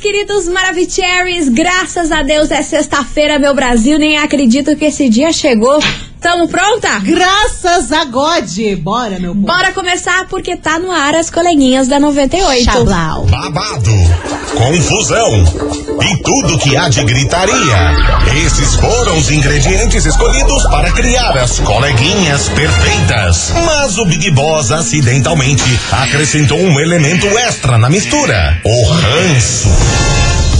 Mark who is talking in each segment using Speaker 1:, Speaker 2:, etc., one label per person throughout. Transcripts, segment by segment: Speaker 1: queridos Maravicheries, graças a Deus é sexta-feira, meu Brasil. Nem acredito que esse dia chegou. Tamo pronta?
Speaker 2: Graças a God! Bora, meu povo!
Speaker 1: Bora começar porque tá no ar as coleguinhas da 98.
Speaker 2: Chablau.
Speaker 3: Babado, confusão e tudo que há de gritaria. Esses foram os ingredientes escolhidos para criar as coleguinhas perfeitas. Mas o Big Boss acidentalmente acrescentou um elemento extra na mistura: o ranço.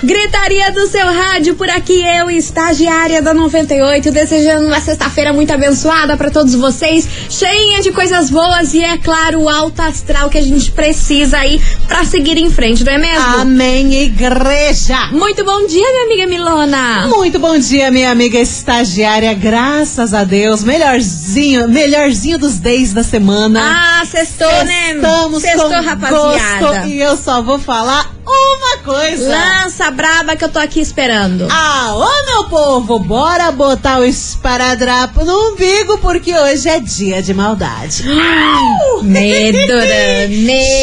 Speaker 1: Gritaria do seu rádio, por aqui eu, estagiária da 98, desejando uma sexta-feira muito abençoada pra todos vocês, cheinha de coisas boas e, é claro, o alto astral que a gente precisa aí pra seguir em frente, não é mesmo?
Speaker 2: Amém, igreja!
Speaker 1: Muito bom dia, minha amiga Milona!
Speaker 2: Muito bom dia, minha amiga estagiária. Graças a Deus, melhorzinho, melhorzinho dos days da semana.
Speaker 1: Ah, sextou, né?
Speaker 2: Estamos
Speaker 1: sextou,
Speaker 2: com
Speaker 1: rapaziada.
Speaker 2: gosto e eu só vou falar uma coisa.
Speaker 1: Lança braba que eu tô aqui esperando.
Speaker 2: Ah, ô meu povo, bora botar o esparadrapo no umbigo porque hoje é dia de maldade.
Speaker 1: Ah,
Speaker 2: Uh!
Speaker 1: Medora,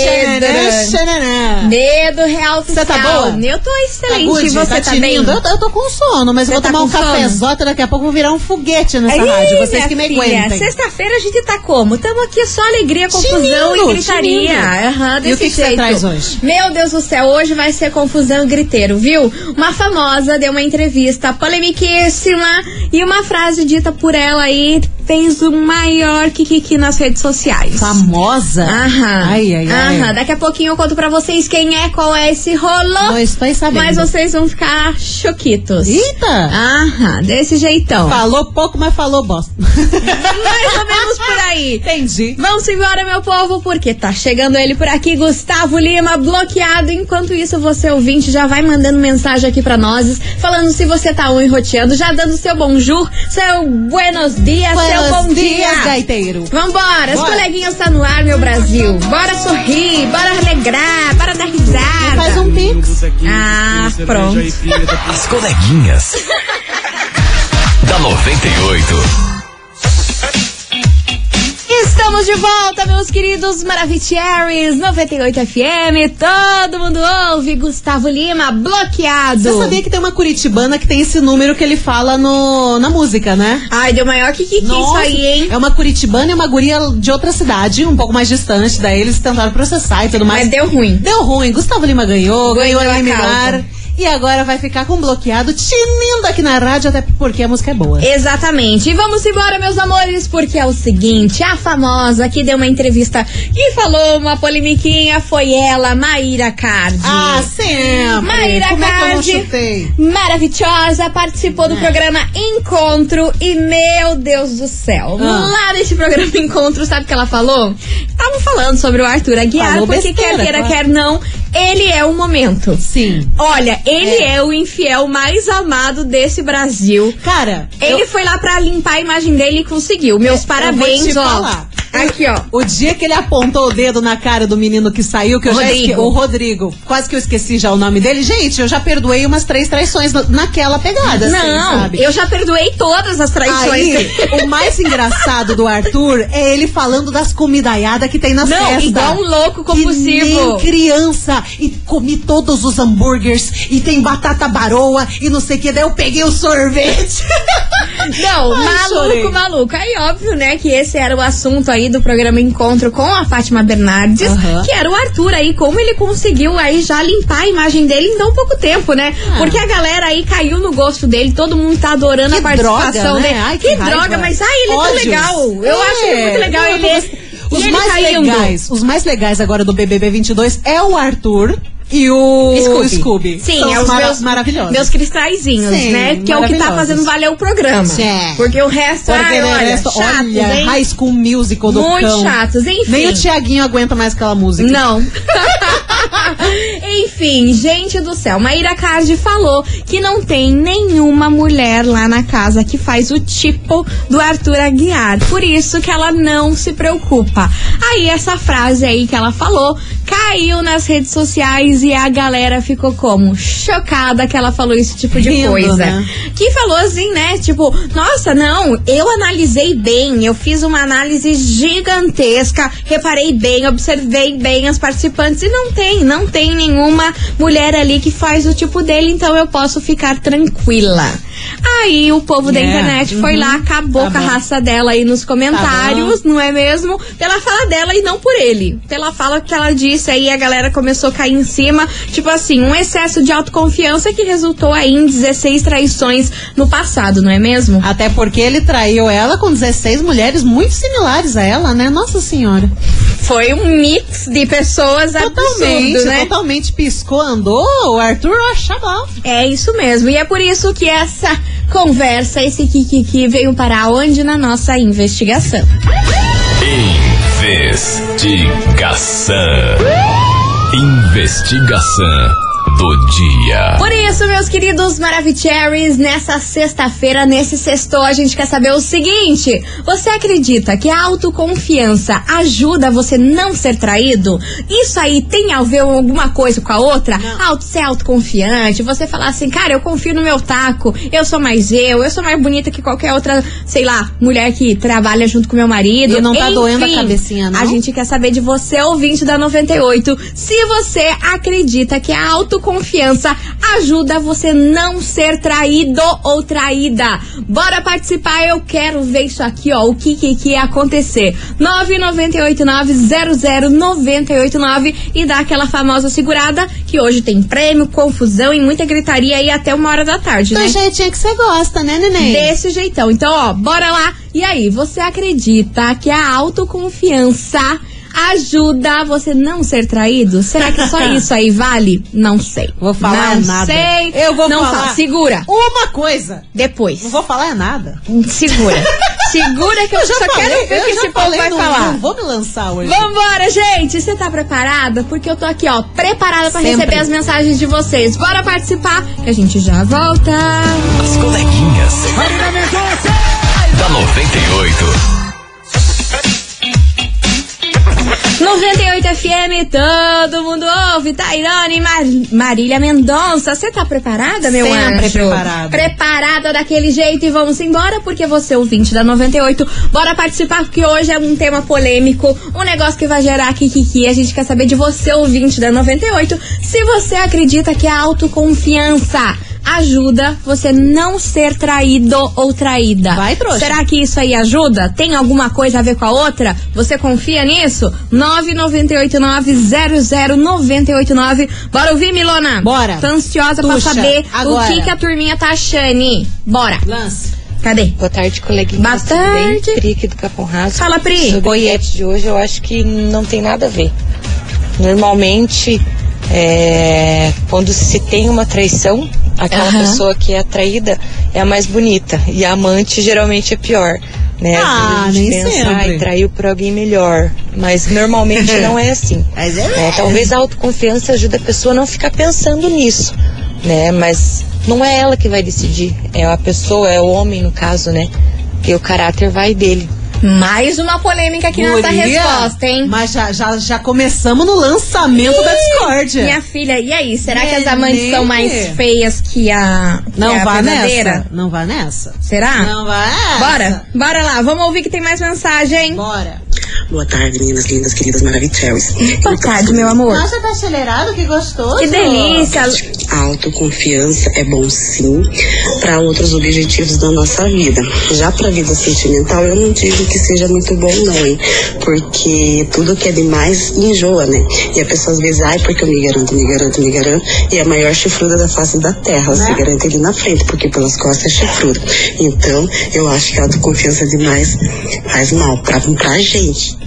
Speaker 2: Xananã,
Speaker 1: medora.
Speaker 2: xananã.
Speaker 1: né? Medo real
Speaker 2: Você
Speaker 1: oficial.
Speaker 2: tá boa?
Speaker 1: Eu tô excelente.
Speaker 2: Gude,
Speaker 1: e você tá, bem?
Speaker 2: tinindo? Eu, eu tô com sono, mas
Speaker 1: Você
Speaker 2: eu vou
Speaker 1: tá
Speaker 2: tomar um
Speaker 1: com sono?
Speaker 2: cafezota daqui a pouco eu vou virar um foguete nessa
Speaker 1: Ih,
Speaker 2: rádio. Vocês
Speaker 1: minha
Speaker 2: que me
Speaker 1: filha,
Speaker 2: aguentem.
Speaker 1: Sexta-feira a gente tá como? Tamo aqui só alegria, confusão
Speaker 2: Tinindo,
Speaker 1: e gritaria.
Speaker 2: tinindo.
Speaker 1: Aham,
Speaker 2: E
Speaker 1: desse
Speaker 2: o que que você
Speaker 1: jeito.
Speaker 2: traz hoje?
Speaker 1: Meu Deus do céu, hoje vai ser confusão e griteiro, viu? Uma famosa deu uma entrevista polemiquíssima e uma frase dita por ela aí fez o maior kikiki nas redes sociais.
Speaker 2: Famosa?
Speaker 1: Aham.
Speaker 2: Ai, ai, ai.
Speaker 1: Aham, daqui a pouquinho eu conto pra vocês quem é, qual é esse rolo.
Speaker 2: Não estou sabendo.
Speaker 1: Mas vocês vão ficar choquitos.
Speaker 2: Eita!
Speaker 1: Aham, desse jeitão.
Speaker 2: Falou Um pouco, mas falou bosta.
Speaker 1: Mais ou menos por aí.
Speaker 2: Entendi.
Speaker 1: Vamos embora, meu povo, porque tá chegando ele por aqui, Gustavo Lima, bloqueado. Enquanto isso, você ouvinte já vai mandando mensagem aqui pra nós, falando se você tá um enroteando, já dando seu bonjour, seu buenos dias, seu bom
Speaker 2: Buenos
Speaker 1: dia.
Speaker 2: dias, gaiteiro.
Speaker 1: Vambora, as
Speaker 2: Bora.
Speaker 1: coleguinhas tá no ar, meu Brasil. Bora sorrir, bora alegrar, bora dar risada.
Speaker 2: Faz um pix.
Speaker 1: Ah, pronto.
Speaker 4: As coleguinhas. da 98.
Speaker 1: Estamos de volta, meus queridos Maravicheries 98 FM. Todo mundo ouve Gustavo Lima bloqueado.
Speaker 2: Você sabia que tem uma curitibana que tem esse número que ele fala no, na música, né?
Speaker 1: Ai, deu maior que que que isso
Speaker 2: Nossa,
Speaker 1: aí, hein?
Speaker 2: É uma curitibana e uma guria de outra cidade, um pouco mais distante. Daí eles tentaram processar e tudo mais.
Speaker 1: Mas deu ruim.
Speaker 2: Deu ruim, Gustavo Lima ganhou,
Speaker 1: Ganhou
Speaker 2: ganhou,
Speaker 1: a
Speaker 2: a
Speaker 1: causa.
Speaker 2: liminar. E agora vai ficar com bloqueado, tinindo aqui na rádio, até porque a música é boa.
Speaker 1: Exatamente. E vamos embora, meus amores, porque é o seguinte: a famosa que deu uma entrevista e falou uma polemiquinha foi ela, Maíra Cardi.
Speaker 2: Ah, sempre!
Speaker 1: Maíra
Speaker 2: Como é que eu não
Speaker 1: Cardi.
Speaker 2: chutei? É.
Speaker 1: Maravilhosa, participou do programa Encontro e meu Deus do céu.
Speaker 2: Ah.
Speaker 1: Lá neste programa Encontro, sabe o que ela falou? Estavam falando sobre o Arthur Aguiar,
Speaker 2: Falou
Speaker 1: porque
Speaker 2: besteira,
Speaker 1: quer queira,
Speaker 2: claro.
Speaker 1: quer não, ele é o momento.
Speaker 2: Sim.
Speaker 1: Olha, ele é. o infiel mais amado desse Brasil.
Speaker 2: Cara,
Speaker 1: Ele foi lá pra limpar a imagem dele e conseguiu. Meus parabéns,
Speaker 2: vou te
Speaker 1: ó.
Speaker 2: falar.
Speaker 1: Aqui, ó.
Speaker 2: o dia que ele apontou o dedo na cara do menino que saiu, que eu já
Speaker 1: Rodrigo.
Speaker 2: esque... O Rodrigo. Quase que eu esqueci já o nome dele. Gente, eu já perdoei umas três traições na- naquela pegada, assim,
Speaker 1: Não,
Speaker 2: sabe?
Speaker 1: eu já perdoei todas as traições.
Speaker 2: Aí, o mais engraçado do Arthur é ele falando das comidaiadas que tem na
Speaker 1: Não,
Speaker 2: festa.
Speaker 1: igual um louco compulsivo.
Speaker 2: Que nem criança. E comi todos os hambúrgueres. E tem batata baroa e não sei o que. Daí eu peguei o sorvete.
Speaker 1: Não,
Speaker 2: Ai,
Speaker 1: maluco,
Speaker 2: chorei.
Speaker 1: maluco. Aí, óbvio, né, que esse era o assunto aí do programa Encontro com a Fátima Bernardes,
Speaker 2: Aham.
Speaker 1: que era o Arthur aí, como ele conseguiu aí já limpar a imagem dele em tão pouco tempo, né? Porque a galera aí caiu no gosto dele, todo mundo tá adorando
Speaker 2: Ah. Que
Speaker 1: a participação
Speaker 2: droga, né?
Speaker 1: dele.
Speaker 2: Ai,
Speaker 1: que
Speaker 2: que
Speaker 1: droga,
Speaker 2: raiva.
Speaker 1: mas ai, ele é tão
Speaker 2: Ódios.
Speaker 1: legal. Eu
Speaker 2: É,
Speaker 1: acho ele muito legal
Speaker 2: não,
Speaker 1: ele.
Speaker 2: mas
Speaker 1: e
Speaker 2: Os
Speaker 1: ele tá
Speaker 2: mais
Speaker 1: caindo.
Speaker 2: legais, os mais legais agora do BBB 22 é o Arthur e o
Speaker 1: Scooby.
Speaker 2: Scooby.
Speaker 1: Sim,
Speaker 2: São
Speaker 1: é os
Speaker 2: mara-
Speaker 1: meus,
Speaker 2: maravilhosos.
Speaker 1: meus cristalzinhos,
Speaker 2: Sim,
Speaker 1: né? Que é o que tá
Speaker 2: maravilhosos.
Speaker 1: fazendo valer o programa.
Speaker 2: É.
Speaker 1: Porque o resto,
Speaker 2: Porque né,
Speaker 1: ai,
Speaker 2: o
Speaker 1: olha,
Speaker 2: resto,
Speaker 1: chatos,
Speaker 2: olha,
Speaker 1: hein?
Speaker 2: High School Musical do
Speaker 1: Muito
Speaker 2: cão.
Speaker 1: chatos, enfim.
Speaker 2: Nem o Tiaguinho aguenta mais aquela música.
Speaker 1: Não. Enfim, gente do céu, Maíra Cardi falou que não tem nenhuma mulher lá na casa que faz o tipo do Arthur Aguiar. Por isso que ela não se preocupa. Aí essa frase aí que ela falou caiu nas redes sociais e a galera ficou como chocada que ela falou esse tipo de
Speaker 2: Rindo,
Speaker 1: coisa.
Speaker 2: né?
Speaker 1: Que falou assim, né? Tipo, nossa, não, eu analisei bem, eu fiz uma análise gigantesca, reparei bem, observei bem as participantes e não tem, não tem nenhuma mulher ali que faz o tipo dele, então eu posso ficar tranquila. Aí o povo da
Speaker 2: É,
Speaker 1: internet foi lá, acabou
Speaker 2: tá
Speaker 1: com a
Speaker 2: bom. Tá
Speaker 1: raça dela aí nos comentários, não é mesmo? Pela fala dela e não por ele. Pela fala que ela disse aí, a galera começou a cair em cima. Tipo assim, um excesso de autoconfiança que resultou aí em 16 traições no passado, não é mesmo?
Speaker 2: Até porque ele traiu ela com 16 mulheres muito similares a ela, né? Nossa senhora.
Speaker 1: Foi um mix de pessoas
Speaker 2: Totalmente,
Speaker 1: absurdo, né?
Speaker 2: totalmente piscou, andou, o Arthur achava.
Speaker 1: É isso mesmo. E é por isso que essa conversa, esse kikiki veio parar onde na nossa investigação.
Speaker 4: Investigação. Investigação do dia.
Speaker 1: Por isso, meus queridos Maravicheries, nessa sexta-feira, nesse sexto, a gente quer saber o seguinte: você acredita que a autoconfiança ajuda você não ser traído? Isso aí tem a ver alguma coisa com a outra? Auto, ser autoconfiante, você falar assim, cara, eu confio no meu taco, eu sou mais eu, eu sou mais bonita que qualquer outra, sei lá, mulher que trabalha junto com meu marido.
Speaker 2: E não tá
Speaker 1: Enfim,
Speaker 2: doendo a cabecinha, não?
Speaker 1: A gente quer saber de você, ouvinte da 98, se você acredita que a autoconfiança ajuda você não ser traído ou traída. Bora participar, eu quero ver isso aqui, ó, o que que, que ia acontecer. 998900989 e dá aquela famosa segurada que hoje tem prêmio, confusão e muita gritaria aí até uma hora da tarde,
Speaker 2: Do
Speaker 1: né?
Speaker 2: jeitinho é, que você gosta, né, neném?
Speaker 1: Desse jeitão. Então, ó, bora lá. E aí, você acredita que a autoconfiança ajuda você não ser traído? Será que só isso aí vale? Não sei.
Speaker 2: Vou falar é
Speaker 1: não
Speaker 2: nada.
Speaker 1: sei.
Speaker 2: Eu vou
Speaker 1: não
Speaker 2: falar.
Speaker 1: fala. Segura.
Speaker 2: Uma coisa.
Speaker 1: Depois.
Speaker 2: Não vou falar é nada.
Speaker 1: Segura. Segura que eu, só quero ver o
Speaker 2: já
Speaker 1: que esse povo
Speaker 2: falei,
Speaker 1: vai
Speaker 2: não,
Speaker 1: falar.
Speaker 2: Não vou me lançar hoje.
Speaker 1: Vambora, gente! Você tá preparada? Porque eu tô aqui, ó, preparada pra
Speaker 2: Sempre.
Speaker 1: receber as mensagens de vocês. Bora participar que a gente já volta.
Speaker 4: As coleguinhas. Da 98.
Speaker 1: 98 FM, todo mundo ouve. Tairone, Mar Marília Mendonça. Você tá preparada, meu
Speaker 2: Sempre
Speaker 1: anjo?
Speaker 2: preparada.
Speaker 1: Preparada daquele jeito e vamos embora, porque você, ouvinte da 98, bora participar, porque hoje é um tema polêmico, um negócio que vai gerar kikiki. A gente quer saber de você, ouvinte da 98, se você acredita que a autoconfiança ajuda você não ser traído ou traída.
Speaker 2: Vai, trouxa.
Speaker 1: Será que isso aí ajuda? Tem alguma coisa a ver com a outra? Você confia nisso? 998900989. Bora ouvir, Milona?
Speaker 2: Bora.
Speaker 1: Tô ansiosa pra
Speaker 2: Tuxa,
Speaker 1: saber
Speaker 2: agora.
Speaker 1: o que, que a turminha tá achando. Bora.
Speaker 2: Lance.
Speaker 1: Cadê?
Speaker 5: Boa tarde, coleguinha.
Speaker 1: Boa
Speaker 5: Tudo bem?
Speaker 1: tarde.
Speaker 5: Pri aqui do Capão Raso.
Speaker 1: Fala, Pri.
Speaker 5: Sobre
Speaker 2: Oi,
Speaker 5: a enquete de hoje, eu acho que não tem nada a ver. Normalmente, é, quando se tem uma traição, aquela
Speaker 1: Aham.
Speaker 5: pessoa que é traída é a mais bonita. E a amante geralmente é pior. Né? Às
Speaker 2: Ah,
Speaker 5: vezes a gente
Speaker 2: nem
Speaker 5: pensa,
Speaker 2: sempre.
Speaker 5: "Ai, traiu por alguém melhor. Mas normalmente não é assim.
Speaker 2: Mas é
Speaker 5: né? Talvez a autoconfiança ajude a pessoa a não ficar pensando nisso, né? Mas não é ela que vai decidir, é a pessoa, é o homem no caso, né? E o caráter vai dele.
Speaker 1: Mais uma polêmica aqui nessa
Speaker 2: Guria,
Speaker 1: é resposta, hein?
Speaker 2: Mas já, já, já começamos no lançamento da discórdia.
Speaker 1: Minha filha, e aí? Será que as
Speaker 2: Nenê.
Speaker 1: amantes são mais feias que a, que
Speaker 2: Não
Speaker 1: a
Speaker 2: vá
Speaker 1: verdadeira?
Speaker 2: nessa. Não vá nessa.
Speaker 1: Será?
Speaker 2: Não vá nessa.
Speaker 1: Bora, bora lá. Vamos ouvir que tem mais mensagem.
Speaker 2: Bora.
Speaker 6: Boa tarde, meninas lindas, queridas maravilhosas.
Speaker 1: Boa tarde, meu amor.
Speaker 2: Nossa, tá acelerado, que gostoso.
Speaker 1: Que delícia.
Speaker 6: A autoconfiança é bom sim para outros objetivos da nossa vida. Já para vida sentimental, eu não digo que seja muito bom não, hein? Porque tudo que é demais enjoa, né? E a pessoa às vezes, ai, porque eu me garanto, me garanto, me garanto, e é a maior chifruda da face da terra, se
Speaker 1: Né?
Speaker 6: garante ali na frente, porque pelas costas é chifruda. é Então, eu acho que a autoconfiança demais faz mal pra, pra gente.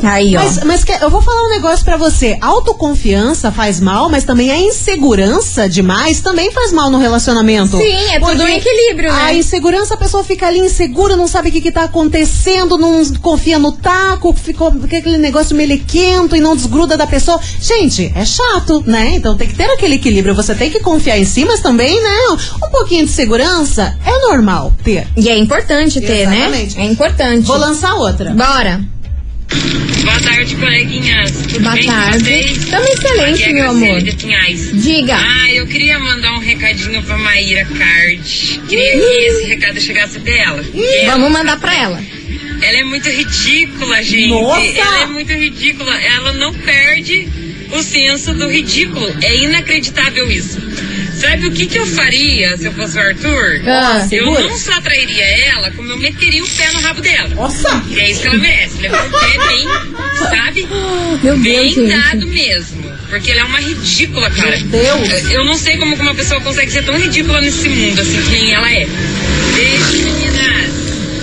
Speaker 1: Aí, ó.
Speaker 2: Mas, mas que- eu vou falar um negócio pra você. Autoconfiança faz mal, mas também a insegurança demais também faz mal no relacionamento.
Speaker 1: Sim, é tudo
Speaker 2: Porque
Speaker 1: um equilíbrio, né?
Speaker 2: A insegurança, a pessoa fica ali insegura, não sabe o que, que tá acontecendo, não confia no taco, ficou fica aquele negócio melequento e não desgruda da pessoa. Gente, é chato, né? Então tem que ter aquele equilíbrio. Você tem que confiar em si, mas também, né? Um pouquinho de segurança é normal ter.
Speaker 1: E é importante ter,
Speaker 2: Exatamente.
Speaker 1: né? É importante.
Speaker 2: Vou lançar outra.
Speaker 1: Bora.
Speaker 7: Boa tarde, coleguinhas. Tudo
Speaker 1: Boa
Speaker 7: bem com
Speaker 1: tarde.
Speaker 7: vocês?
Speaker 1: Tamo excelente,
Speaker 7: Aqui é a
Speaker 1: meu
Speaker 7: Graciele
Speaker 1: amor.
Speaker 7: de Pinhais.
Speaker 1: Diga.
Speaker 7: Ah, eu queria mandar um recadinho pra Maíra Card. Queria que esse recado chegasse dela.
Speaker 1: Vamos mandar pra ela.
Speaker 7: Ela é muito ridícula, gente.
Speaker 2: Nossa!
Speaker 7: Ela é muito ridícula. Ela não perde o senso do ridículo. É inacreditável isso. Sabe o que, que eu faria se eu fosse o Arthur?
Speaker 1: Ah,
Speaker 7: eu
Speaker 2: segura.
Speaker 7: não só trairia ela, como eu meteria o pé no rabo dela.
Speaker 2: Nossa!
Speaker 7: Que é isso que ela merece. Levar o pé bem, sabe?
Speaker 1: Meu Deus,
Speaker 7: bem
Speaker 1: gente.
Speaker 7: dado mesmo. Porque ela é uma ridícula, cara.
Speaker 2: Meu Deus.
Speaker 7: Eu- Eu não sei como que uma pessoa consegue ser tão ridícula nesse mundo, assim, quem ela é. Beijo, meninas.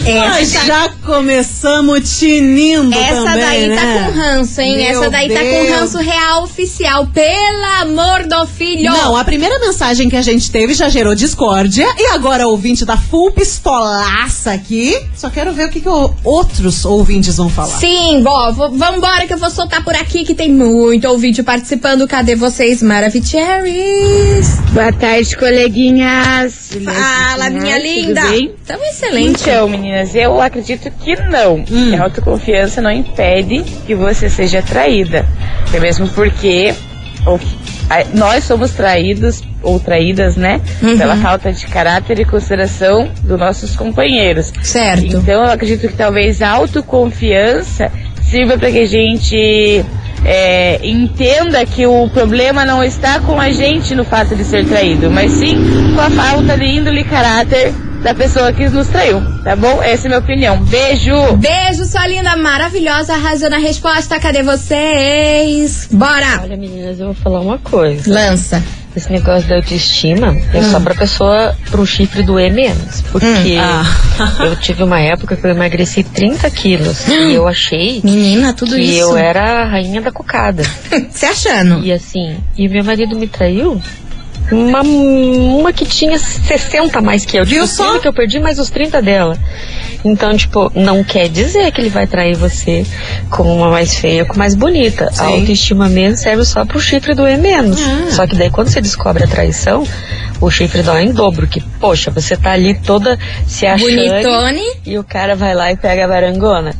Speaker 2: Nós É, já começamos tinindo
Speaker 1: tá- Essa
Speaker 2: também,
Speaker 1: daí
Speaker 2: né?
Speaker 1: tá com ranço, hein?
Speaker 2: Meu
Speaker 1: Essa daí tá com
Speaker 2: Deus.
Speaker 1: ranço real oficial. Pelo amor do filho!
Speaker 2: Não, a primeira mensagem que a gente teve já gerou discórdia. E agora o ouvinte da full pistolaça aqui. Só quero ver o que, que o- outros ouvintes vão falar.
Speaker 1: Sim, bom, v- vambora que eu vou soltar por aqui que tem muito ouvinte participando. Cadê vocês, Maravicheris?
Speaker 8: Boa tarde, coleguinhas.
Speaker 1: Fala, Ah, minha linda! Tamo excelente. Hum.
Speaker 9: Então, meninas, eu acredito que não. Que a autoconfiança não impede que você seja traída. Até mesmo porque o- a- nós somos traídos ou traídas, né?
Speaker 1: Uhum.
Speaker 9: Pela falta de caráter e consideração dos nossos companheiros.
Speaker 1: Certo.
Speaker 9: Então, eu acredito que talvez a autoconfiança sirva para que a gente é, entenda que o problema não está com a gente no fato de ser traído, mas sim com a falta de índole e caráter da pessoa que nos traiu, tá bom? Essa é a minha opinião. Beijo!
Speaker 1: Beijo, sua linda, maravilhosa, arrasou na resposta. Cadê vocês? Bora!
Speaker 5: Olha, meninas, eu vou falar uma coisa.
Speaker 1: Lança. Hum.
Speaker 5: Esse negócio da autoestima é só pra pessoa, pro chifre doer menos. Porque
Speaker 1: Ah.
Speaker 5: eu tive uma época que eu emagreci 30 quilos e eu achei
Speaker 1: Hum. Menina, tudo
Speaker 5: que
Speaker 1: isso.
Speaker 5: eu era a rainha da cocada.
Speaker 1: Se achando.
Speaker 5: E assim, e meu marido me traiu. Uma, uma que tinha 60 a mais que eu.
Speaker 2: Viu
Speaker 5: Tipo,
Speaker 2: só?
Speaker 5: sendo que eu perdi mais os 30 dela. Então, tipo, não quer dizer que ele vai trair você como uma mais feia, com mais bonita. A
Speaker 2: Sim. Ah.
Speaker 5: autoestima mesmo serve só pro chifre doer menos. Só que daí quando você descobre a traição, o chifre dói em dobro. Que, poxa, você tá ali toda se achando.
Speaker 1: Bonitone.
Speaker 5: E o cara vai lá e pega a barangona.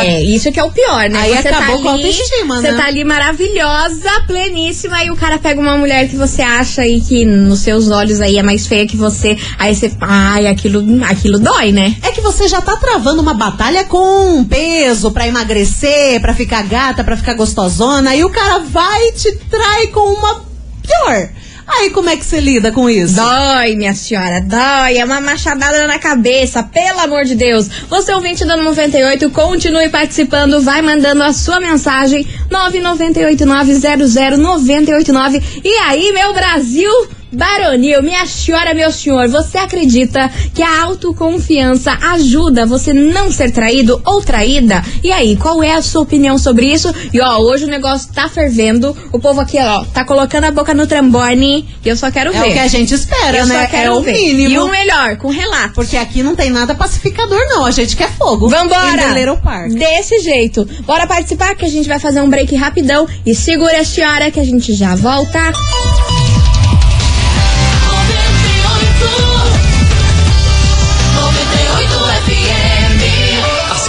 Speaker 1: É, isso que é o pior, né?
Speaker 2: Aí
Speaker 1: você tá
Speaker 2: acabou
Speaker 1: ali,
Speaker 2: com a autoestima,
Speaker 1: Você
Speaker 2: né?
Speaker 1: tá ali maravilhosa, pleníssima, e o cara pega uma mulher que você acha aí que nos seus olhos aí é mais feia que você. Aí você. Ai, aquilo, aquilo dói, né?
Speaker 2: É que você já tá travando uma batalha com um peso pra emagrecer, pra ficar gata, pra ficar gostosona. E o cara vai e te trai com uma pior. Aí como é que você lida com isso?
Speaker 1: Dói, minha senhora, dói. É uma machadada na cabeça, pelo amor de Deus. Você ouvinte da 98, continue participando, vai mandando a sua mensagem 998900989. E aí, meu Brasil Baronil, minha senhora, meu senhor, você acredita que a autoconfiança ajuda você não ser traído ou traída? E aí, qual é a sua opinião sobre isso? E ó, hoje o negócio tá fervendo, o povo aqui, ó, tá colocando a boca no tramborne e eu só quero
Speaker 2: É o que a gente espera,
Speaker 1: eu
Speaker 2: né?
Speaker 1: só quero
Speaker 2: é o
Speaker 1: ver.
Speaker 2: mínimo.
Speaker 1: E o melhor, com relato.
Speaker 2: Porque aqui não tem nada pacificador, não. A gente quer fogo.
Speaker 1: Vambora!
Speaker 2: Em o Park.
Speaker 1: Desse jeito. Bora participar que a gente vai fazer um break rapidão. E segura a senhora que a gente já volta.
Speaker 4: As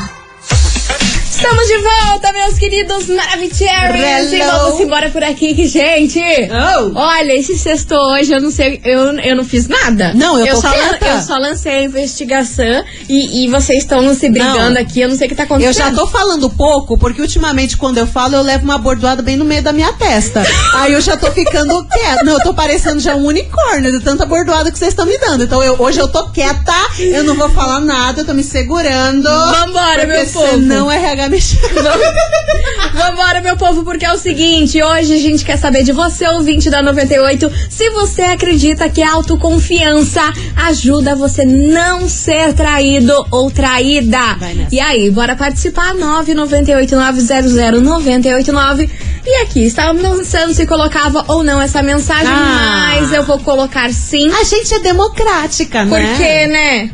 Speaker 1: Estamos de volta, meus queridos Maravicheries. E
Speaker 2: Hello.
Speaker 1: vamos embora por aqui, que, gente.
Speaker 2: Oh.
Speaker 1: Olha, esse sexto hoje, eu não sei, eu, eu não fiz nada.
Speaker 2: Não, eu tô
Speaker 1: só, lan-
Speaker 2: quieta.
Speaker 1: eu só lancei a investigação e, e vocês estão se brigando
Speaker 2: Não.
Speaker 1: aqui. Eu não sei o que tá acontecendo.
Speaker 2: Eu já tô falando pouco, porque ultimamente quando eu falo, eu levo uma bordoada bem no meio da minha testa. Aí eu já tô ficando quieta. Não, eu tô parecendo já um unicórnio de tanta bordoada que vocês estão me dando. Então eu- hoje eu tô quieta, eu não vou falar nada, eu tô me segurando.
Speaker 1: Vambora,
Speaker 2: porque
Speaker 1: meu povo.
Speaker 2: Senão o RH mexer.
Speaker 1: Vambora, meu povo, porque é o seguinte: hoje a gente quer saber de você, ouvinte da 98, se você acredita que a autoconfiança ajuda você não ser traído ou traída.
Speaker 2: Vai nessa.
Speaker 1: E aí, bora participar? 998-900-989. E aqui, estava pensando se colocava ou não essa mensagem,
Speaker 2: Ah.
Speaker 1: mas eu vou colocar sim.
Speaker 2: A gente é democrática, né?
Speaker 1: Porque, né?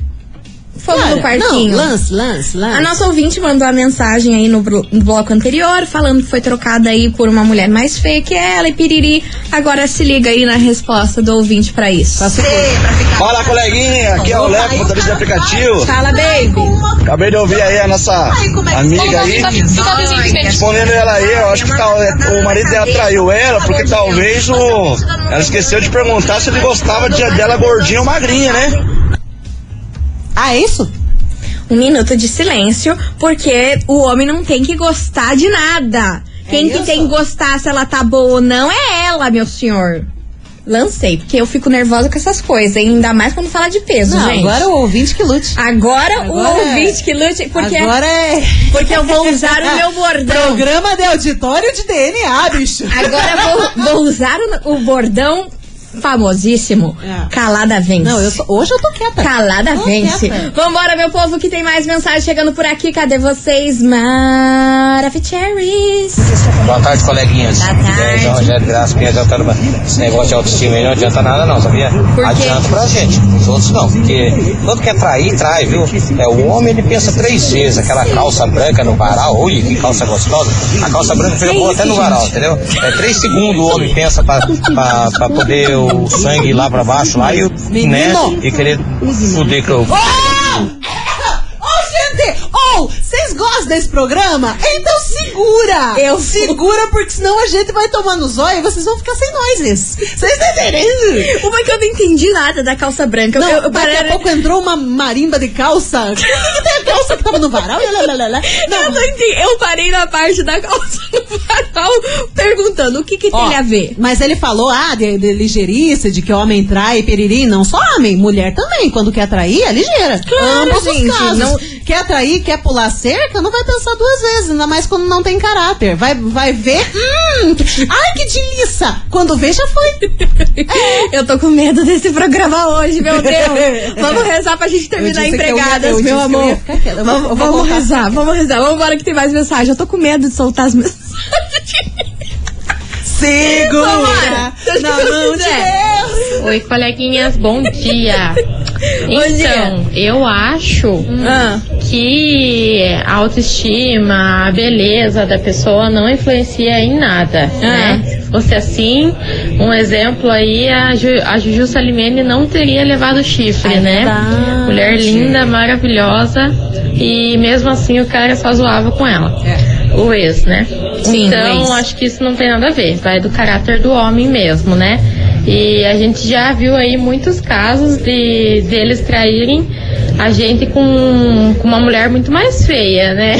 Speaker 1: Fogo
Speaker 2: Claro.
Speaker 1: no parquinho.
Speaker 2: Não, lance, lance, lance.
Speaker 1: A nossa ouvinte mandou a mensagem aí no, blo- no bloco anterior, falando que foi trocada aí por uma mulher mais feia que ela e piriri. Agora se liga aí na resposta do ouvinte pra isso.
Speaker 10: Fala coleguinha, aqui é o Leco, motorista de aplicativo.
Speaker 1: Fala, baby.
Speaker 10: Acabei de ouvir aí a nossa amiga aí, respondendo ela aí, eu acho que tal- o marido dela traiu ela, porque talvez o. Ela esqueceu de perguntar se ele gostava de- dela gordinha ou magrinha, né?
Speaker 2: Ah, é isso?
Speaker 1: Um minuto de silêncio, porque o homem não tem que gostar de nada. Quem que
Speaker 2: É isso.
Speaker 1: tem que gostar se ela tá boa ou não é ela, meu senhor. Lancei, porque eu fico nervosa com essas coisas, hein? ainda mais quando fala de peso,
Speaker 2: Não,
Speaker 1: gente.
Speaker 2: agora o ouvinte que lute.
Speaker 1: Agora,
Speaker 2: Agora-
Speaker 1: o ouvinte que lute, porque
Speaker 2: Agora é.
Speaker 1: Porque eu vou usar o meu bordão.
Speaker 2: Programa de auditório de DNA, bicho.
Speaker 1: Agora vou, vou usar o, o bordão famosíssimo.
Speaker 2: É.
Speaker 1: Calada vence.
Speaker 2: Não, eu sou- hoje eu tô quieta.
Speaker 1: Calada
Speaker 2: Tô
Speaker 1: vence.
Speaker 2: quieta.
Speaker 1: Vambora, meu povo, que tem mais mensagem chegando por aqui. Cadê vocês, Maravicheries?
Speaker 10: Boa tarde, coleguinhas.
Speaker 1: Boa tarde.
Speaker 10: E aí, João Rogério Graça, quem adianta nada? Esse negócio de autoestima aí não adianta nada não, sabia?
Speaker 1: quê?
Speaker 10: Adianta pra gente, os outros não. Porque quando quer trair, trai, viu? É, o homem ele pensa três vezes, aquela calça branca no varal, olha que calça gostosa. A calça branca fica boa até no varal, entendeu? É três segundos o homem pensa pra, pra, pra poder o sangue ir lá pra baixo, lá e o né?
Speaker 2: Menino.
Speaker 10: E querer fuder que eu.
Speaker 2: Ô, gente! Ou, vocês gostam desse programa? Então segura!
Speaker 1: Eu-
Speaker 2: Segura, porque senão a gente vai tomar no zóio e vocês vão ficar sem nós. isso. Vocês estão entendendo?
Speaker 1: Uma que eu não entendi nada da calça branca.
Speaker 2: Não,
Speaker 1: Então, eu, eu
Speaker 2: daqui
Speaker 1: parei-
Speaker 2: a pouco entrou uma marimba de calça. O que que tem a calça que tava no varal? Lá, lá, lá, lá.
Speaker 1: Eu não entendi. Eu parei na parte da calça do varal perguntando o que, que
Speaker 2: Ó,
Speaker 1: tem a ver.
Speaker 2: Mas ele falou, ah, de, de ligeirice, de que homem trai, piriri, não só homem, mulher também. Quando quer trair, é ligeira.
Speaker 1: Claro,
Speaker 2: Ambos
Speaker 1: gente,
Speaker 2: os casos.
Speaker 1: não-
Speaker 2: Quer trair, quer pular cerca, não vai pensar duas vezes, ainda mais quando não tem caráter. Vai, vai ver, hum, ai que delícia. Quando vê, já foi.
Speaker 1: Eu tô com medo desse programa hoje, meu Deus. Vamos rezar pra gente terminar
Speaker 2: disse que eu ia-
Speaker 1: empregadas,
Speaker 2: eu disse
Speaker 1: meu
Speaker 2: que eu ia
Speaker 1: amor.
Speaker 2: ficar quieta. Eu vou-
Speaker 1: Vamos,
Speaker 2: eu vou
Speaker 1: vamos
Speaker 2: voltar.
Speaker 1: rezar, vamos rezar. Vamos embora que tem mais mensagem. Eu tô com medo de soltar as mensagens.
Speaker 2: Segura
Speaker 1: Tomara, seja
Speaker 2: na
Speaker 1: o que
Speaker 2: mão de
Speaker 1: quiser.
Speaker 2: Deus.
Speaker 8: Oi, coleguinhas, bom dia.
Speaker 1: Bom dia.
Speaker 8: Então, eu acho
Speaker 1: Ah,
Speaker 8: que a autoestima, a beleza da pessoa não influencia em nada,
Speaker 1: Ah.
Speaker 8: né? Se fosse assim, um exemplo aí, a, Ju, a Juju Salimene não teria levado chifre,
Speaker 2: É
Speaker 8: né?
Speaker 2: verdade.
Speaker 8: Mulher linda, maravilhosa, e mesmo assim o cara só zoava com ela.
Speaker 1: É.
Speaker 8: O ex, né?
Speaker 1: Sim,
Speaker 8: então,
Speaker 1: o ex.
Speaker 8: acho que isso não tem nada a ver. Vai do caráter do homem mesmo, né? E a gente já viu aí muitos casos de deles traírem a gente com, com uma mulher muito mais feia, né?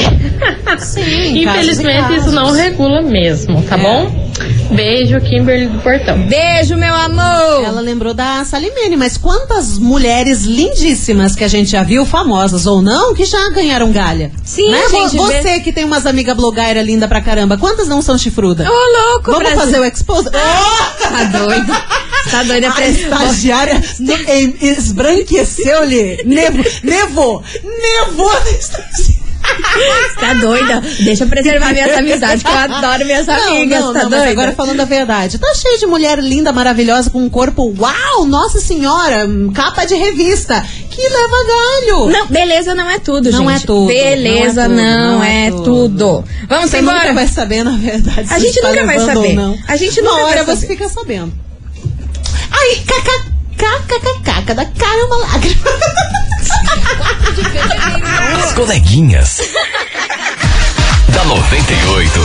Speaker 2: Sim, casos
Speaker 8: Infelizmente,
Speaker 2: e
Speaker 8: isso não
Speaker 2: casos.
Speaker 8: regula mesmo, tá bom? Beijo, Kimberly do Portão.
Speaker 1: É. beijo, meu amor.
Speaker 2: Ela lembrou da Salimene, mas quantas mulheres lindíssimas que a gente já viu, famosas ou não, que já ganharam galha.
Speaker 1: Sim,
Speaker 2: né? Vo-
Speaker 1: gente,
Speaker 2: Você que tem umas amigas blogueira linda pra caramba, quantas não são chifruda?
Speaker 1: Ô, louco,
Speaker 2: Vamos
Speaker 1: Brasil.
Speaker 2: fazer o expose?
Speaker 1: Tá doido. Tá doida pra
Speaker 2: A estagiária no- em- esbranqueceu-lhe. Nevo, nevo, nevo.
Speaker 1: Tá doida. Deixa eu preservar minhas amizades, que eu adoro minhas
Speaker 2: Não,
Speaker 1: amigas.
Speaker 2: não,
Speaker 1: tá
Speaker 2: não, mas
Speaker 1: doida?
Speaker 2: agora falando a verdade. Tá cheio de mulher linda, maravilhosa, com um corpo, uau, nossa senhora, hum, capa de revista, que leva galho.
Speaker 1: Não, beleza não é tudo, gente.
Speaker 2: Não é tudo,
Speaker 1: Beleza
Speaker 2: não é tudo,
Speaker 1: não
Speaker 2: não
Speaker 1: é
Speaker 2: é
Speaker 1: tudo. Vamos
Speaker 2: Você
Speaker 1: embora.
Speaker 2: nunca vai saber, na verdade. se
Speaker 1: A gente
Speaker 2: está
Speaker 1: nunca vai
Speaker 2: levando ou
Speaker 1: saber.
Speaker 2: não.
Speaker 1: A gente nunca
Speaker 2: Uma
Speaker 1: vai
Speaker 2: hora
Speaker 1: saber.
Speaker 2: você fica sabendo. Aí, kkkkkkk, cada caramba lágrima.
Speaker 4: As coleguinhas. da 98.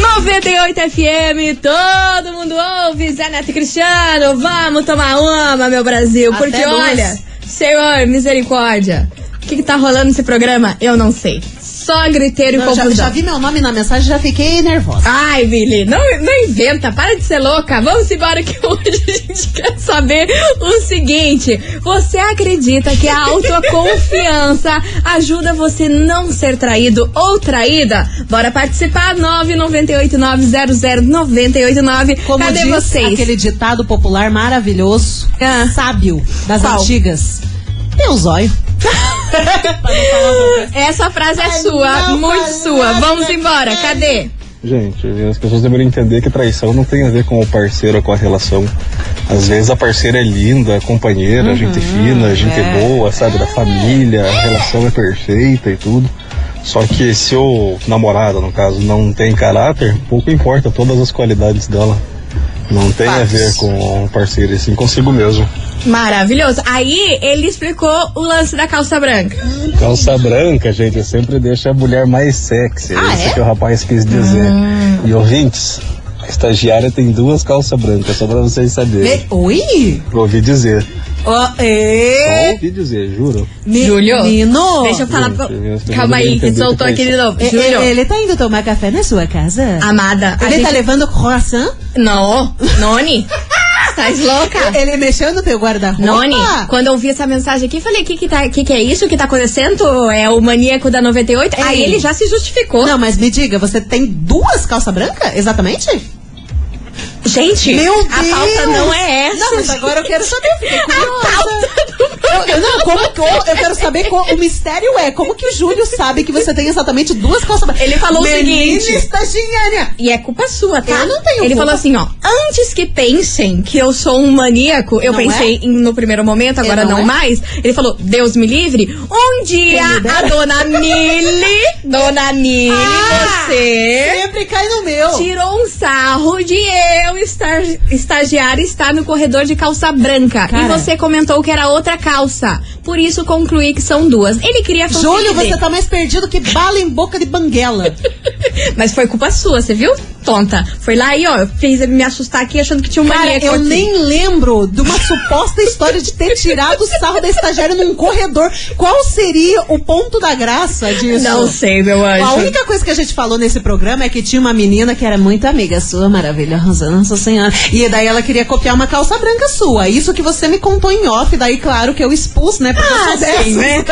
Speaker 1: 98 FM, todo mundo ouve, Zé Neto e Cristiano, vamos tomar uma, meu Brasil,
Speaker 2: Até
Speaker 1: porque
Speaker 2: duas.
Speaker 1: olha, Senhor, misericórdia, o que, que tá rolando nesse programa? Eu não sei. Só só griteiro e
Speaker 2: Não, já,
Speaker 1: confusão.
Speaker 2: já vi meu nome na mensagem já fiquei nervosa.
Speaker 1: Ai, Billy, não, não inventa, para de ser louca. Vamos embora que hoje a gente quer saber o seguinte: você acredita que a autoconfiança ajuda você não ser traído ou traída? Bora participar 998900989.
Speaker 2: Como
Speaker 1: Cadê
Speaker 2: diz
Speaker 1: vocês?
Speaker 2: aquele ditado popular maravilhoso, sábio, das
Speaker 1: Qual?
Speaker 2: antigas. Meu zóio.
Speaker 1: Essa frase é
Speaker 2: Ai,
Speaker 1: sua,
Speaker 2: não,
Speaker 1: muito
Speaker 2: mas é
Speaker 1: sua.
Speaker 2: nada,
Speaker 1: Vamos embora, cadê?
Speaker 11: Gente, as pessoas deveriam entender que traição não tem a ver com o parceiro ou com a relação. Às vezes a parceira é linda, a companheira,
Speaker 2: Uhum.
Speaker 11: a gente fina, a gente
Speaker 12: é.
Speaker 11: boa, sabe, da família, a relação é perfeita e tudo. Só que se o namorado, no caso, não tem caráter, pouco importa todas as qualidades dela. Não tem a ver com o parceiro, e sim consigo mesmo.
Speaker 1: Maravilhoso. Aí ele explicou o lance da calça branca.
Speaker 11: Calça branca, gente, sempre deixa a mulher mais sexy.
Speaker 2: Ah,
Speaker 11: é isso que o rapaz quis dizer.
Speaker 2: Hum.
Speaker 11: E ouvintes, a estagiária tem duas calças brancas, só pra vocês saberem.
Speaker 2: Oi?
Speaker 11: Ouvi dizer.
Speaker 2: Oh, é.
Speaker 11: Só ouvi dizer, juro.
Speaker 1: Júlio,
Speaker 2: Menino.
Speaker 1: deixa eu falar.
Speaker 11: Gente,
Speaker 1: pra-
Speaker 11: eu acho que
Speaker 1: Calma
Speaker 11: eu não
Speaker 1: aí, que
Speaker 11: entendi
Speaker 1: soltou
Speaker 11: o que foi
Speaker 1: aqui de
Speaker 11: isso.
Speaker 1: novo.
Speaker 2: E-
Speaker 1: Júlio,
Speaker 2: e- Ele tá indo tomar café na sua casa?
Speaker 1: amada. a
Speaker 2: Ele tá
Speaker 1: gente-
Speaker 2: levando croissant?
Speaker 1: Não, Noni, estás louca?
Speaker 2: Ele mexeu no teu guarda-roupa?
Speaker 1: Noni, quando eu vi essa mensagem aqui, eu falei, o que que, tá, que que é isso que tá acontecendo? É o maníaco da 98?
Speaker 2: Ei.
Speaker 1: Aí ele já se justificou.
Speaker 2: É Não, mas me diga, você tem duas calças brancas? Exatamente?
Speaker 1: Gente,
Speaker 2: Meu
Speaker 1: a
Speaker 2: Deus!
Speaker 1: pauta não é essa.
Speaker 2: Não, mas agora eu quero saber. Eu fiquei
Speaker 1: A pauta do
Speaker 2: Eu, eu- não, como que eu, eu quero saber qual, o mistério é como que o Júlio sabe que você tem exatamente duas calças brancas?
Speaker 1: Ele falou o
Speaker 2: Menina
Speaker 1: seguinte.
Speaker 2: estagiária.
Speaker 1: E é culpa sua, tá?
Speaker 2: Eu não um tenho
Speaker 1: Ele
Speaker 2: culpa.
Speaker 1: falou assim, ó. Antes que pensem que eu sou um maníaco, eu
Speaker 2: Não é?
Speaker 1: pensei em- no primeiro momento, agora
Speaker 2: não
Speaker 1: não,
Speaker 2: é.
Speaker 1: mais. Ele falou, Deus me livre. Um dia
Speaker 2: Quem me dera.
Speaker 1: a dona Nili, dona Nili,
Speaker 2: Ah!
Speaker 1: você
Speaker 2: Sempre cai no meu.
Speaker 1: tirou um sarro de eu estar estagiária estar no corredor de calça branca. E
Speaker 2: Cara.
Speaker 1: você comentou que era outra calça. Por isso concluí que são duas. Ele queria fazer.
Speaker 2: Júlio, você tá mais perdido que bala em boca de banguela.
Speaker 1: Mas foi culpa sua, você viu? Tonta. Foi lá e, ó, eu fiz ele me assustar aqui achando que tinha um
Speaker 2: Cara,
Speaker 1: maníaco
Speaker 2: eu
Speaker 1: aqui.
Speaker 2: nem lembro de uma suposta história de ter tirado o sarro da estagiária num corredor. Qual seria o ponto da graça disso?
Speaker 1: Não sei, meu anjo.
Speaker 2: A única coisa que a gente falou nesse programa é que tinha uma menina que era muito amiga sua, maravilhosa, nossa senhora. E daí ela queria copiar uma calça branca sua. Isso que você me contou em off, daí claro que eu expus, né? Porque
Speaker 1: Ah,
Speaker 2: eu sou dessas.
Speaker 1: né?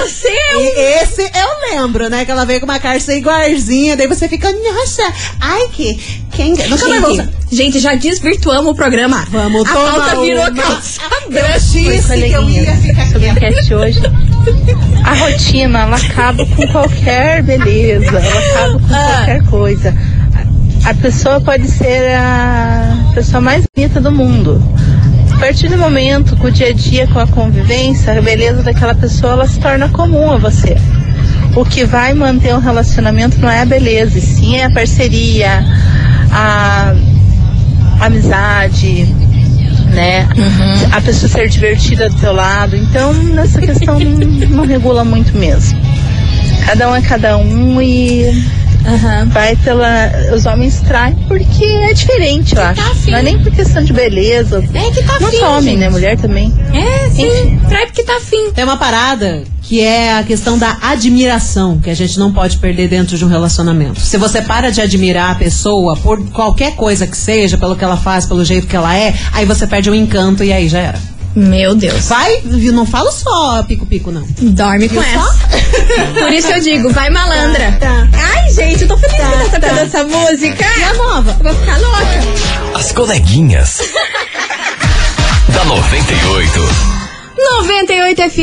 Speaker 1: Você é um...
Speaker 2: E esse eu lembro, né? Que ela veio com uma calça igualzinha, daí você fica, nossa, ai que. Quem. Nunca mais vou usar.
Speaker 1: Gente, gente, já desvirtuamos o programa.
Speaker 2: Vamos
Speaker 1: A
Speaker 2: tomar
Speaker 1: pauta virou
Speaker 2: uma.
Speaker 1: calça
Speaker 2: Eu disse que eu ia ficar
Speaker 9: sobre a cast hoje. A rotina, ela acaba com qualquer beleza, ela acaba com qualquer coisa. A pessoa pode ser a pessoa mais bonita do mundo. A partir do momento, com o dia a dia, com a convivência, a beleza daquela pessoa ela se torna comum a você. O que vai manter um relacionamento não é a beleza, e sim é a parceria, a amizade, né?
Speaker 1: Uhum.
Speaker 9: A pessoa ser divertida do seu lado. Então, nessa questão não regula muito mesmo. Cada um é cada um e
Speaker 1: Uhum.
Speaker 9: vai pela. Os homens traem porque é diferente, eu acho.
Speaker 1: tá afim.
Speaker 9: não é nem por questão de beleza.
Speaker 1: É que tá
Speaker 9: não
Speaker 1: afim,
Speaker 9: só homem,
Speaker 1: gente.
Speaker 9: né? Mulher também.
Speaker 1: É, sim. Trai porque tá afim.
Speaker 2: Tem uma parada que é a questão da admiração, que a gente não pode perder dentro de um relacionamento. Se você para de admirar a pessoa por qualquer coisa que seja, pelo que ela faz, pelo jeito que ela é, aí você perde o encanto e aí já era.
Speaker 1: Meu Deus.
Speaker 2: Vai, viu? não falo só pico-pico, não.
Speaker 1: Dorme com essa. Por isso eu digo, vai malandra. Ai, gente, eu tô feliz que tá tocando essa música. E a nova? Eu vou ficar louca.
Speaker 4: As coleguinhas. da 98.
Speaker 1: 98 FM,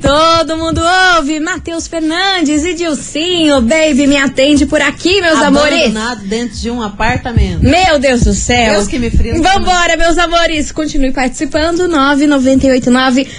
Speaker 1: todo mundo ouve. Matheus Fernandes e Dilcinho, baby, me atende por aqui, meus amores.
Speaker 2: Abandonado dentro de um apartamento.
Speaker 1: Meu Deus do céu.
Speaker 2: Deus que me frio.
Speaker 1: Vambora, meus amores. Continue participando.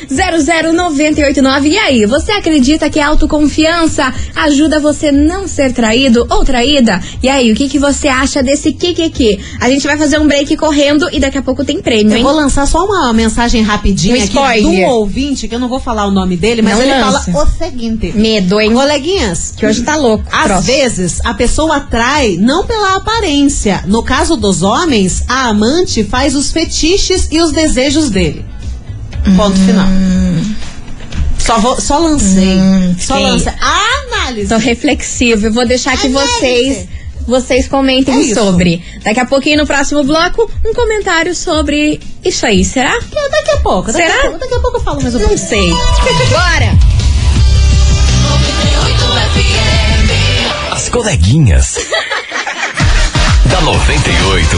Speaker 1: 998900989. E aí, você acredita que a autoconfiança ajuda você não ser traído ou traída? E aí, o que, que você acha desse Kikiki? A gente vai fazer um break correndo e daqui a pouco tem prêmio,
Speaker 2: Eu
Speaker 1: hein?
Speaker 2: vou lançar só uma mensagem
Speaker 1: Um
Speaker 2: rapidinha aqui do
Speaker 1: spoiler.
Speaker 2: ouvinte, que eu não vou falar o nome dele, mas
Speaker 1: Não
Speaker 2: ele
Speaker 1: lança.
Speaker 2: fala o seguinte.
Speaker 1: Medo, hein?
Speaker 2: Coleguinhas,
Speaker 1: Que hoje tá louco.
Speaker 2: Às
Speaker 1: Próximo.
Speaker 2: vezes, a pessoa atrai não pela aparência. No caso dos homens, a amante faz
Speaker 1: Hum.
Speaker 2: os fetiches e os desejos dele. Ponto final. Só, vou, só lancei. só lança. Análise.
Speaker 1: Tô reflexiva. Eu vou deixar que vocês vocês comentem
Speaker 2: É isso.
Speaker 1: sobre. Daqui a pouquinho, no próximo bloco, um comentário sobre isso aí, será?
Speaker 2: Daqui a pouco. Daqui
Speaker 1: Será?
Speaker 2: A pouco, daqui a pouco eu falo mais um
Speaker 1: Não sei. Bora!
Speaker 4: As coleguinhas. da 98.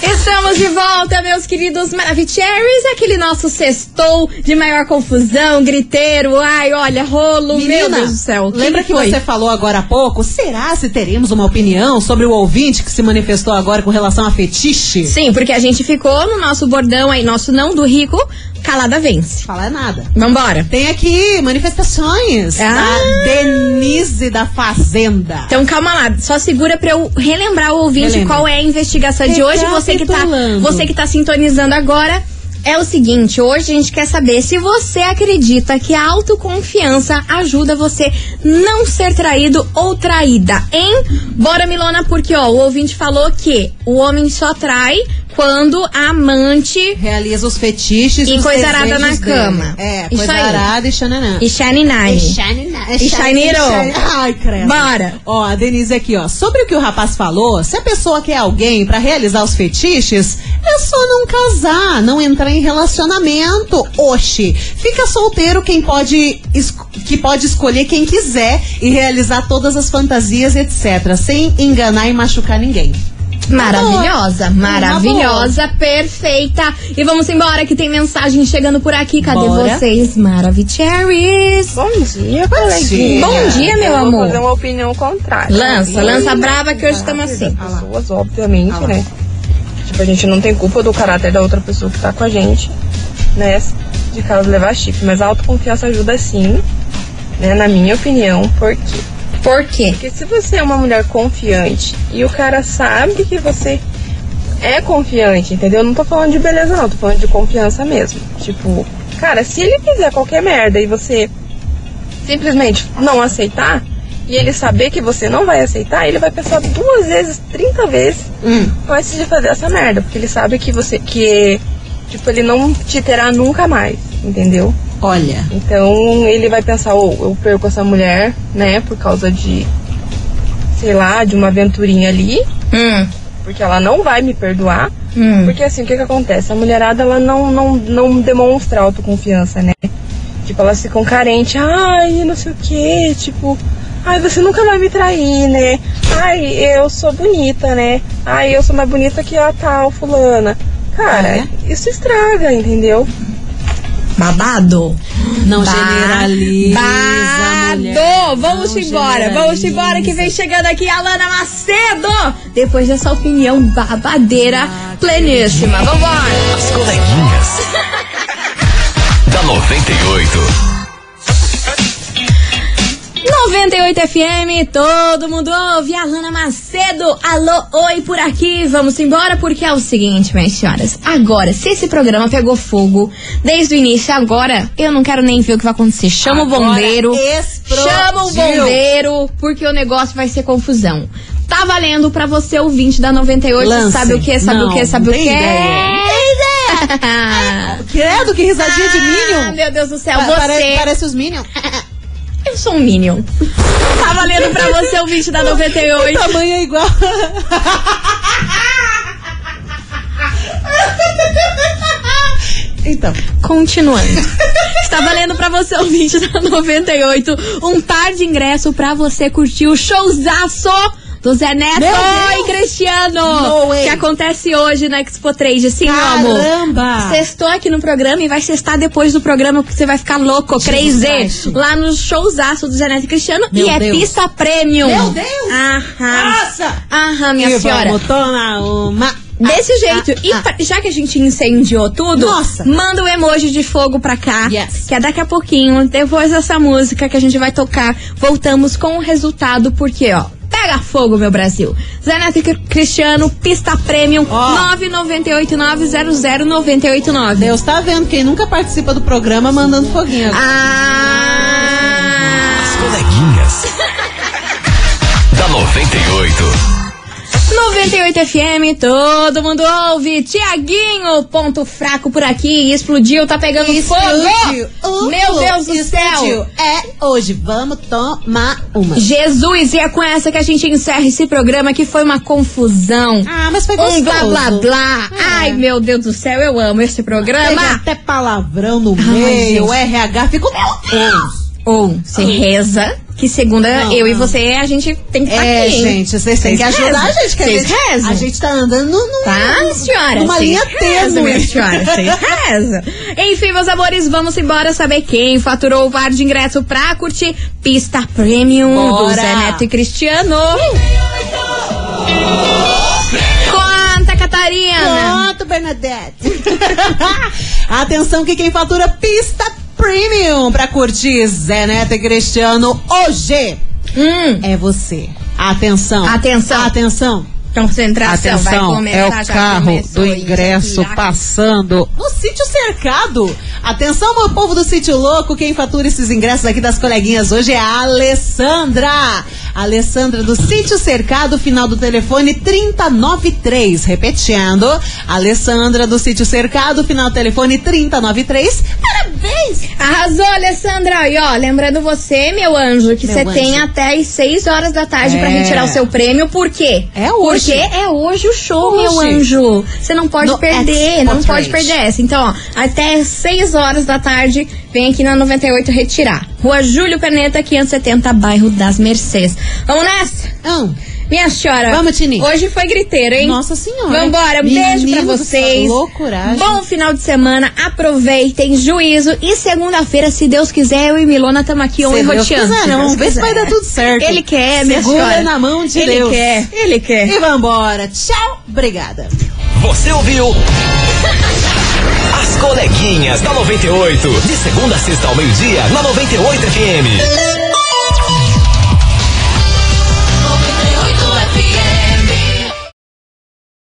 Speaker 1: Estamos de volta, meus queridos Maravicheries, aquele nosso sextou de maior confusão, griteiro, ai, olha, rolo, meu Deus do céu. Quem
Speaker 2: Lembra que
Speaker 1: foi?
Speaker 2: você falou agora há pouco? Será se teremos uma opinião sobre o ouvinte que se manifestou agora com relação a fetiche?
Speaker 1: Sim, porque a gente ficou no nosso bordão aí, nosso não do rico, calada vence.
Speaker 2: Falar é nada.
Speaker 1: Vambora.
Speaker 2: Tem aqui manifestações
Speaker 1: Ah.
Speaker 2: da Denise da Fazenda.
Speaker 1: Então calma lá, só segura pra eu relembrar o ouvinte
Speaker 2: Relembra.
Speaker 1: qual é a investigação de hoje. Você que, tá,
Speaker 2: Recapitulando.
Speaker 1: você que tá sintonizando agora, é o seguinte, hoje a gente quer saber se você acredita que a autoconfiança ajuda você não ser traído ou traída, hein? Bora, Milona, porque ó, o ouvinte falou que o homem só trai quando a amante
Speaker 2: Realiza os fetiches
Speaker 1: E
Speaker 2: os
Speaker 1: coisarada
Speaker 2: desejos
Speaker 1: na
Speaker 2: dele.
Speaker 1: cama.
Speaker 2: É,
Speaker 1: Isso aí.
Speaker 2: coisarada e xananã.
Speaker 1: e Shani Nani.
Speaker 2: E
Speaker 1: Shainiro.
Speaker 2: Ai, credo.
Speaker 1: Bora.
Speaker 2: Ó, a Denise aqui, ó. Sobre o que o rapaz falou, se a pessoa quer alguém pra realizar os fetiches, é só não casar, não entrar em relacionamento. Oxi, fica solteiro quem pode es- que pode escolher quem quiser e realizar todas as fantasias, etc, sem enganar e machucar ninguém.
Speaker 1: Maravilhosa, maravilhosa, perfeita. E vamos embora que tem mensagem chegando por aqui. Cadê
Speaker 2: Bora.
Speaker 1: vocês, Maravicheries?
Speaker 9: Bom dia,
Speaker 2: coleguinha.
Speaker 1: Bom dia, meu
Speaker 9: Eu vou
Speaker 1: amor.
Speaker 9: fazer uma opinião contrária.
Speaker 1: Lança, lança brava que hoje estamos assim.
Speaker 9: As pessoas, obviamente,
Speaker 1: Ah
Speaker 9: né? Tipo, a gente não tem culpa do caráter da outra pessoa que tá com a gente, né? De caso levar chip. Mas a autoconfiança ajuda sim, né? Na minha opinião, porque
Speaker 1: Por quê?
Speaker 9: Porque se você é uma mulher confiante e o cara sabe que você é confiante, entendeu? Não tô falando de beleza, não, tô falando de confiança mesmo. Tipo, cara, se ele fizer qualquer merda e você simplesmente não aceitar, e ele saber que você não vai aceitar, ele vai pensar duas vezes, 30 vezes
Speaker 4: Hum.
Speaker 9: antes de fazer essa merda. Porque ele sabe que você. que. Tipo, ele não te terá nunca mais, entendeu?
Speaker 2: Olha,
Speaker 9: Então ele vai pensar, ou eu perco essa mulher, né, por causa de, sei lá, de uma aventurinha ali,
Speaker 1: Hum,
Speaker 9: porque ela não vai me perdoar.
Speaker 1: hum.
Speaker 9: Porque assim, o que que acontece? A mulherada, ela não, não, não demonstra autoconfiança, né? Tipo, elas ficam carentes, ai, não sei o quê, tipo, ai, você nunca vai me trair, né? Ai, eu sou bonita, né? Ai, eu sou mais bonita que a tal fulana. Cara,
Speaker 2: É.
Speaker 9: isso estraga, entendeu?
Speaker 1: Babado.
Speaker 2: não
Speaker 1: Ba-
Speaker 2: generaliza, mulher.
Speaker 1: Babado! Vamos
Speaker 2: Não
Speaker 1: embora, vamos
Speaker 2: generaliza.
Speaker 1: embora que vem chegando aqui a Lana Macedo! Depois dessa opinião babadeira pleníssima. Vambora!
Speaker 4: As coleguinhas. da 98.
Speaker 1: 98 FM, todo mundo ouve, Alana Macedo, alô, oi por aqui, vamos embora porque é o seguinte, minhas senhoras, agora, se esse programa pegou fogo desde o início agora, eu não quero nem ver o que vai acontecer, chama o
Speaker 2: Agora
Speaker 1: bombeiro,
Speaker 2: explodiu.
Speaker 1: chama o bombeiro, porque o negócio vai ser confusão. Tá valendo pra você, ouvinte da 98,
Speaker 2: Lance.
Speaker 1: sabe o que, sabe
Speaker 2: Não,
Speaker 1: o que, sabe
Speaker 2: não
Speaker 1: o que.
Speaker 2: tem ideia. Credo, que risadinha de
Speaker 1: Ah,
Speaker 2: Minion.
Speaker 1: meu Deus do céu,
Speaker 2: Pa-
Speaker 1: você...
Speaker 2: pare- Parece os Minions.
Speaker 1: Eu sou um Minion. Tá valendo pra você o vídeo da 98.
Speaker 2: Tamanho é igual. então,
Speaker 1: Continuando. Está valendo pra você o vídeo da 98. Um par de ingresso pra você curtir o showzaço do Zé Neto
Speaker 2: Meu Deus!
Speaker 1: e Cristiano.
Speaker 2: No way.
Speaker 1: que acontece hoje na Expo Trade. Sim, meu amor.
Speaker 2: caramba!
Speaker 1: Sextou aqui no programa e vai sextar depois do programa, porque você vai ficar louco,
Speaker 2: Christ.
Speaker 1: 3D, lá no showzaço do Zé Neto e Cristiano.
Speaker 2: Meu
Speaker 1: e é
Speaker 2: Deus.
Speaker 1: pista premium.
Speaker 2: Meu Deus!
Speaker 1: Aham.
Speaker 2: Nossa!
Speaker 1: Aham, minha
Speaker 2: E
Speaker 1: senhora.
Speaker 2: vamos tomar uma.
Speaker 1: Desse
Speaker 2: Ah,
Speaker 1: jeito.
Speaker 2: ah,
Speaker 1: e
Speaker 2: ah.
Speaker 1: pra- já que a gente incendiou tudo,
Speaker 2: Nossa.
Speaker 1: manda o emoji de fogo pra cá.
Speaker 2: Yes.
Speaker 1: Que é daqui a pouquinho, depois dessa música que a gente vai tocar, voltamos com o resultado, porque, ó. Pega fogo, meu Brasil. Zé Neto e Cri- Cristiano, pista premium,
Speaker 2: Ó.
Speaker 1: 998900989.
Speaker 2: Deus tá vendo, quem nunca participa do programa mandando foguinho.
Speaker 1: Ah!
Speaker 4: As coleguinhas. da 98.
Speaker 1: 98 98 FM, todo mundo ouve. Tiaguinho, ponto fraco por aqui. Explodiu, tá pegando
Speaker 2: Explodiu.
Speaker 1: fogo.
Speaker 2: Uh,
Speaker 1: Meu Deus do
Speaker 2: explodiu.
Speaker 1: céu.
Speaker 2: É hoje, vamos tomar uma.
Speaker 1: Jesus, e é com essa que a gente encerra esse programa que foi uma confusão.
Speaker 2: Ah, mas foi
Speaker 1: um
Speaker 2: gostoso.
Speaker 1: blá blá blá. Ai, meu Deus do céu, eu amo esse
Speaker 2: Teve
Speaker 1: programa.
Speaker 2: até palavrão no
Speaker 1: Ai,
Speaker 2: meio,
Speaker 1: gente.
Speaker 2: o RH ficou... Meu Deus!
Speaker 1: Ou você reza, que segunda
Speaker 2: Não,
Speaker 1: eu e
Speaker 2: não.
Speaker 1: você, a gente tem que estar
Speaker 2: É,
Speaker 1: aqui. hein?
Speaker 2: gente, vocês têm que
Speaker 1: Vocês
Speaker 2: ajudar a
Speaker 1: rezam,
Speaker 2: gente, que a
Speaker 1: vocês
Speaker 2: gente,
Speaker 1: rezam.
Speaker 2: a gente tá andando num...
Speaker 1: Tá, senhora?
Speaker 2: Numa
Speaker 1: Vocês
Speaker 2: linha
Speaker 1: rezam,
Speaker 2: tênue.
Speaker 1: minha senhora, vocês rezam. Enfim, meus amores, vamos embora saber quem faturou o par de ingresso pra curtir Pista Premium do
Speaker 2: Bora.
Speaker 1: Zé Neto e Cristiano. Conta, Catarina!
Speaker 2: Pronto, Bernadette. Atenção que quem fatura pista premium pra curtir Zé Neto e Cristiano hoje
Speaker 1: Hum,
Speaker 2: é você. Atenção.
Speaker 1: Atenção. Então,
Speaker 2: Atenção.
Speaker 1: concentração, vai
Speaker 2: Atenção,
Speaker 1: começar
Speaker 2: é o
Speaker 1: já
Speaker 2: carro
Speaker 1: começou
Speaker 2: do
Speaker 1: aí,
Speaker 2: ingresso
Speaker 1: já que-
Speaker 2: passando no sítio cercado. Atenção, meu povo do sítio louco, quem fatura esses ingressos aqui das coleguinhas hoje é a Alessandra. Alessandra do sítio cercado, final do telefone 393. Repetindo, Alessandra do sítio cercado, final do telefone 393. Parabéns!
Speaker 1: Arrasou, Alessandra! E ó, lembrando você, meu anjo, que
Speaker 2: Meu
Speaker 1: você
Speaker 2: anjo.
Speaker 1: tem até as 6 horas da tarde pra
Speaker 2: É.
Speaker 1: retirar o seu prêmio, por quê?
Speaker 2: É hoje.
Speaker 1: Porque é hoje o show,
Speaker 2: Hoje.
Speaker 1: meu anjo. Você não pode
Speaker 2: No
Speaker 1: perder,
Speaker 2: Expo
Speaker 1: não pode
Speaker 2: Trade.
Speaker 1: perder essa. Então, ó, até 6 horas da tarde, vem aqui na 98 retirar. Rua Júlio Perneta, 570, bairro das Mercês. Vamos nessa?
Speaker 2: Ahn.
Speaker 1: Minha senhora.
Speaker 2: Vamos, Tini.
Speaker 1: Hoje foi griteiro, hein?
Speaker 2: Nossa Senhora.
Speaker 1: Vambora, um beijo pra
Speaker 2: Menino do
Speaker 1: vocês.
Speaker 2: céu, loucuragem.
Speaker 1: Bom final de semana, aproveitem, juízo. E segunda-feira, se Deus quiser, eu e Milona estamos aqui
Speaker 2: Se
Speaker 1: on e
Speaker 2: Deus
Speaker 1: roteando.
Speaker 2: quiser,
Speaker 1: Se
Speaker 2: não.
Speaker 1: Deus
Speaker 2: Vê se vai
Speaker 1: quiser.
Speaker 2: dar tudo certo.
Speaker 1: Ele quer, minha
Speaker 2: Segura
Speaker 1: senhora.
Speaker 2: na mão de
Speaker 1: Ele
Speaker 2: Deus.
Speaker 1: quer, ele quer.
Speaker 2: E vambora. Tchau. Obrigada.
Speaker 4: Você ouviu? As coleguinhas da 98. De segunda a sexta ao meio-dia, na 98 FM.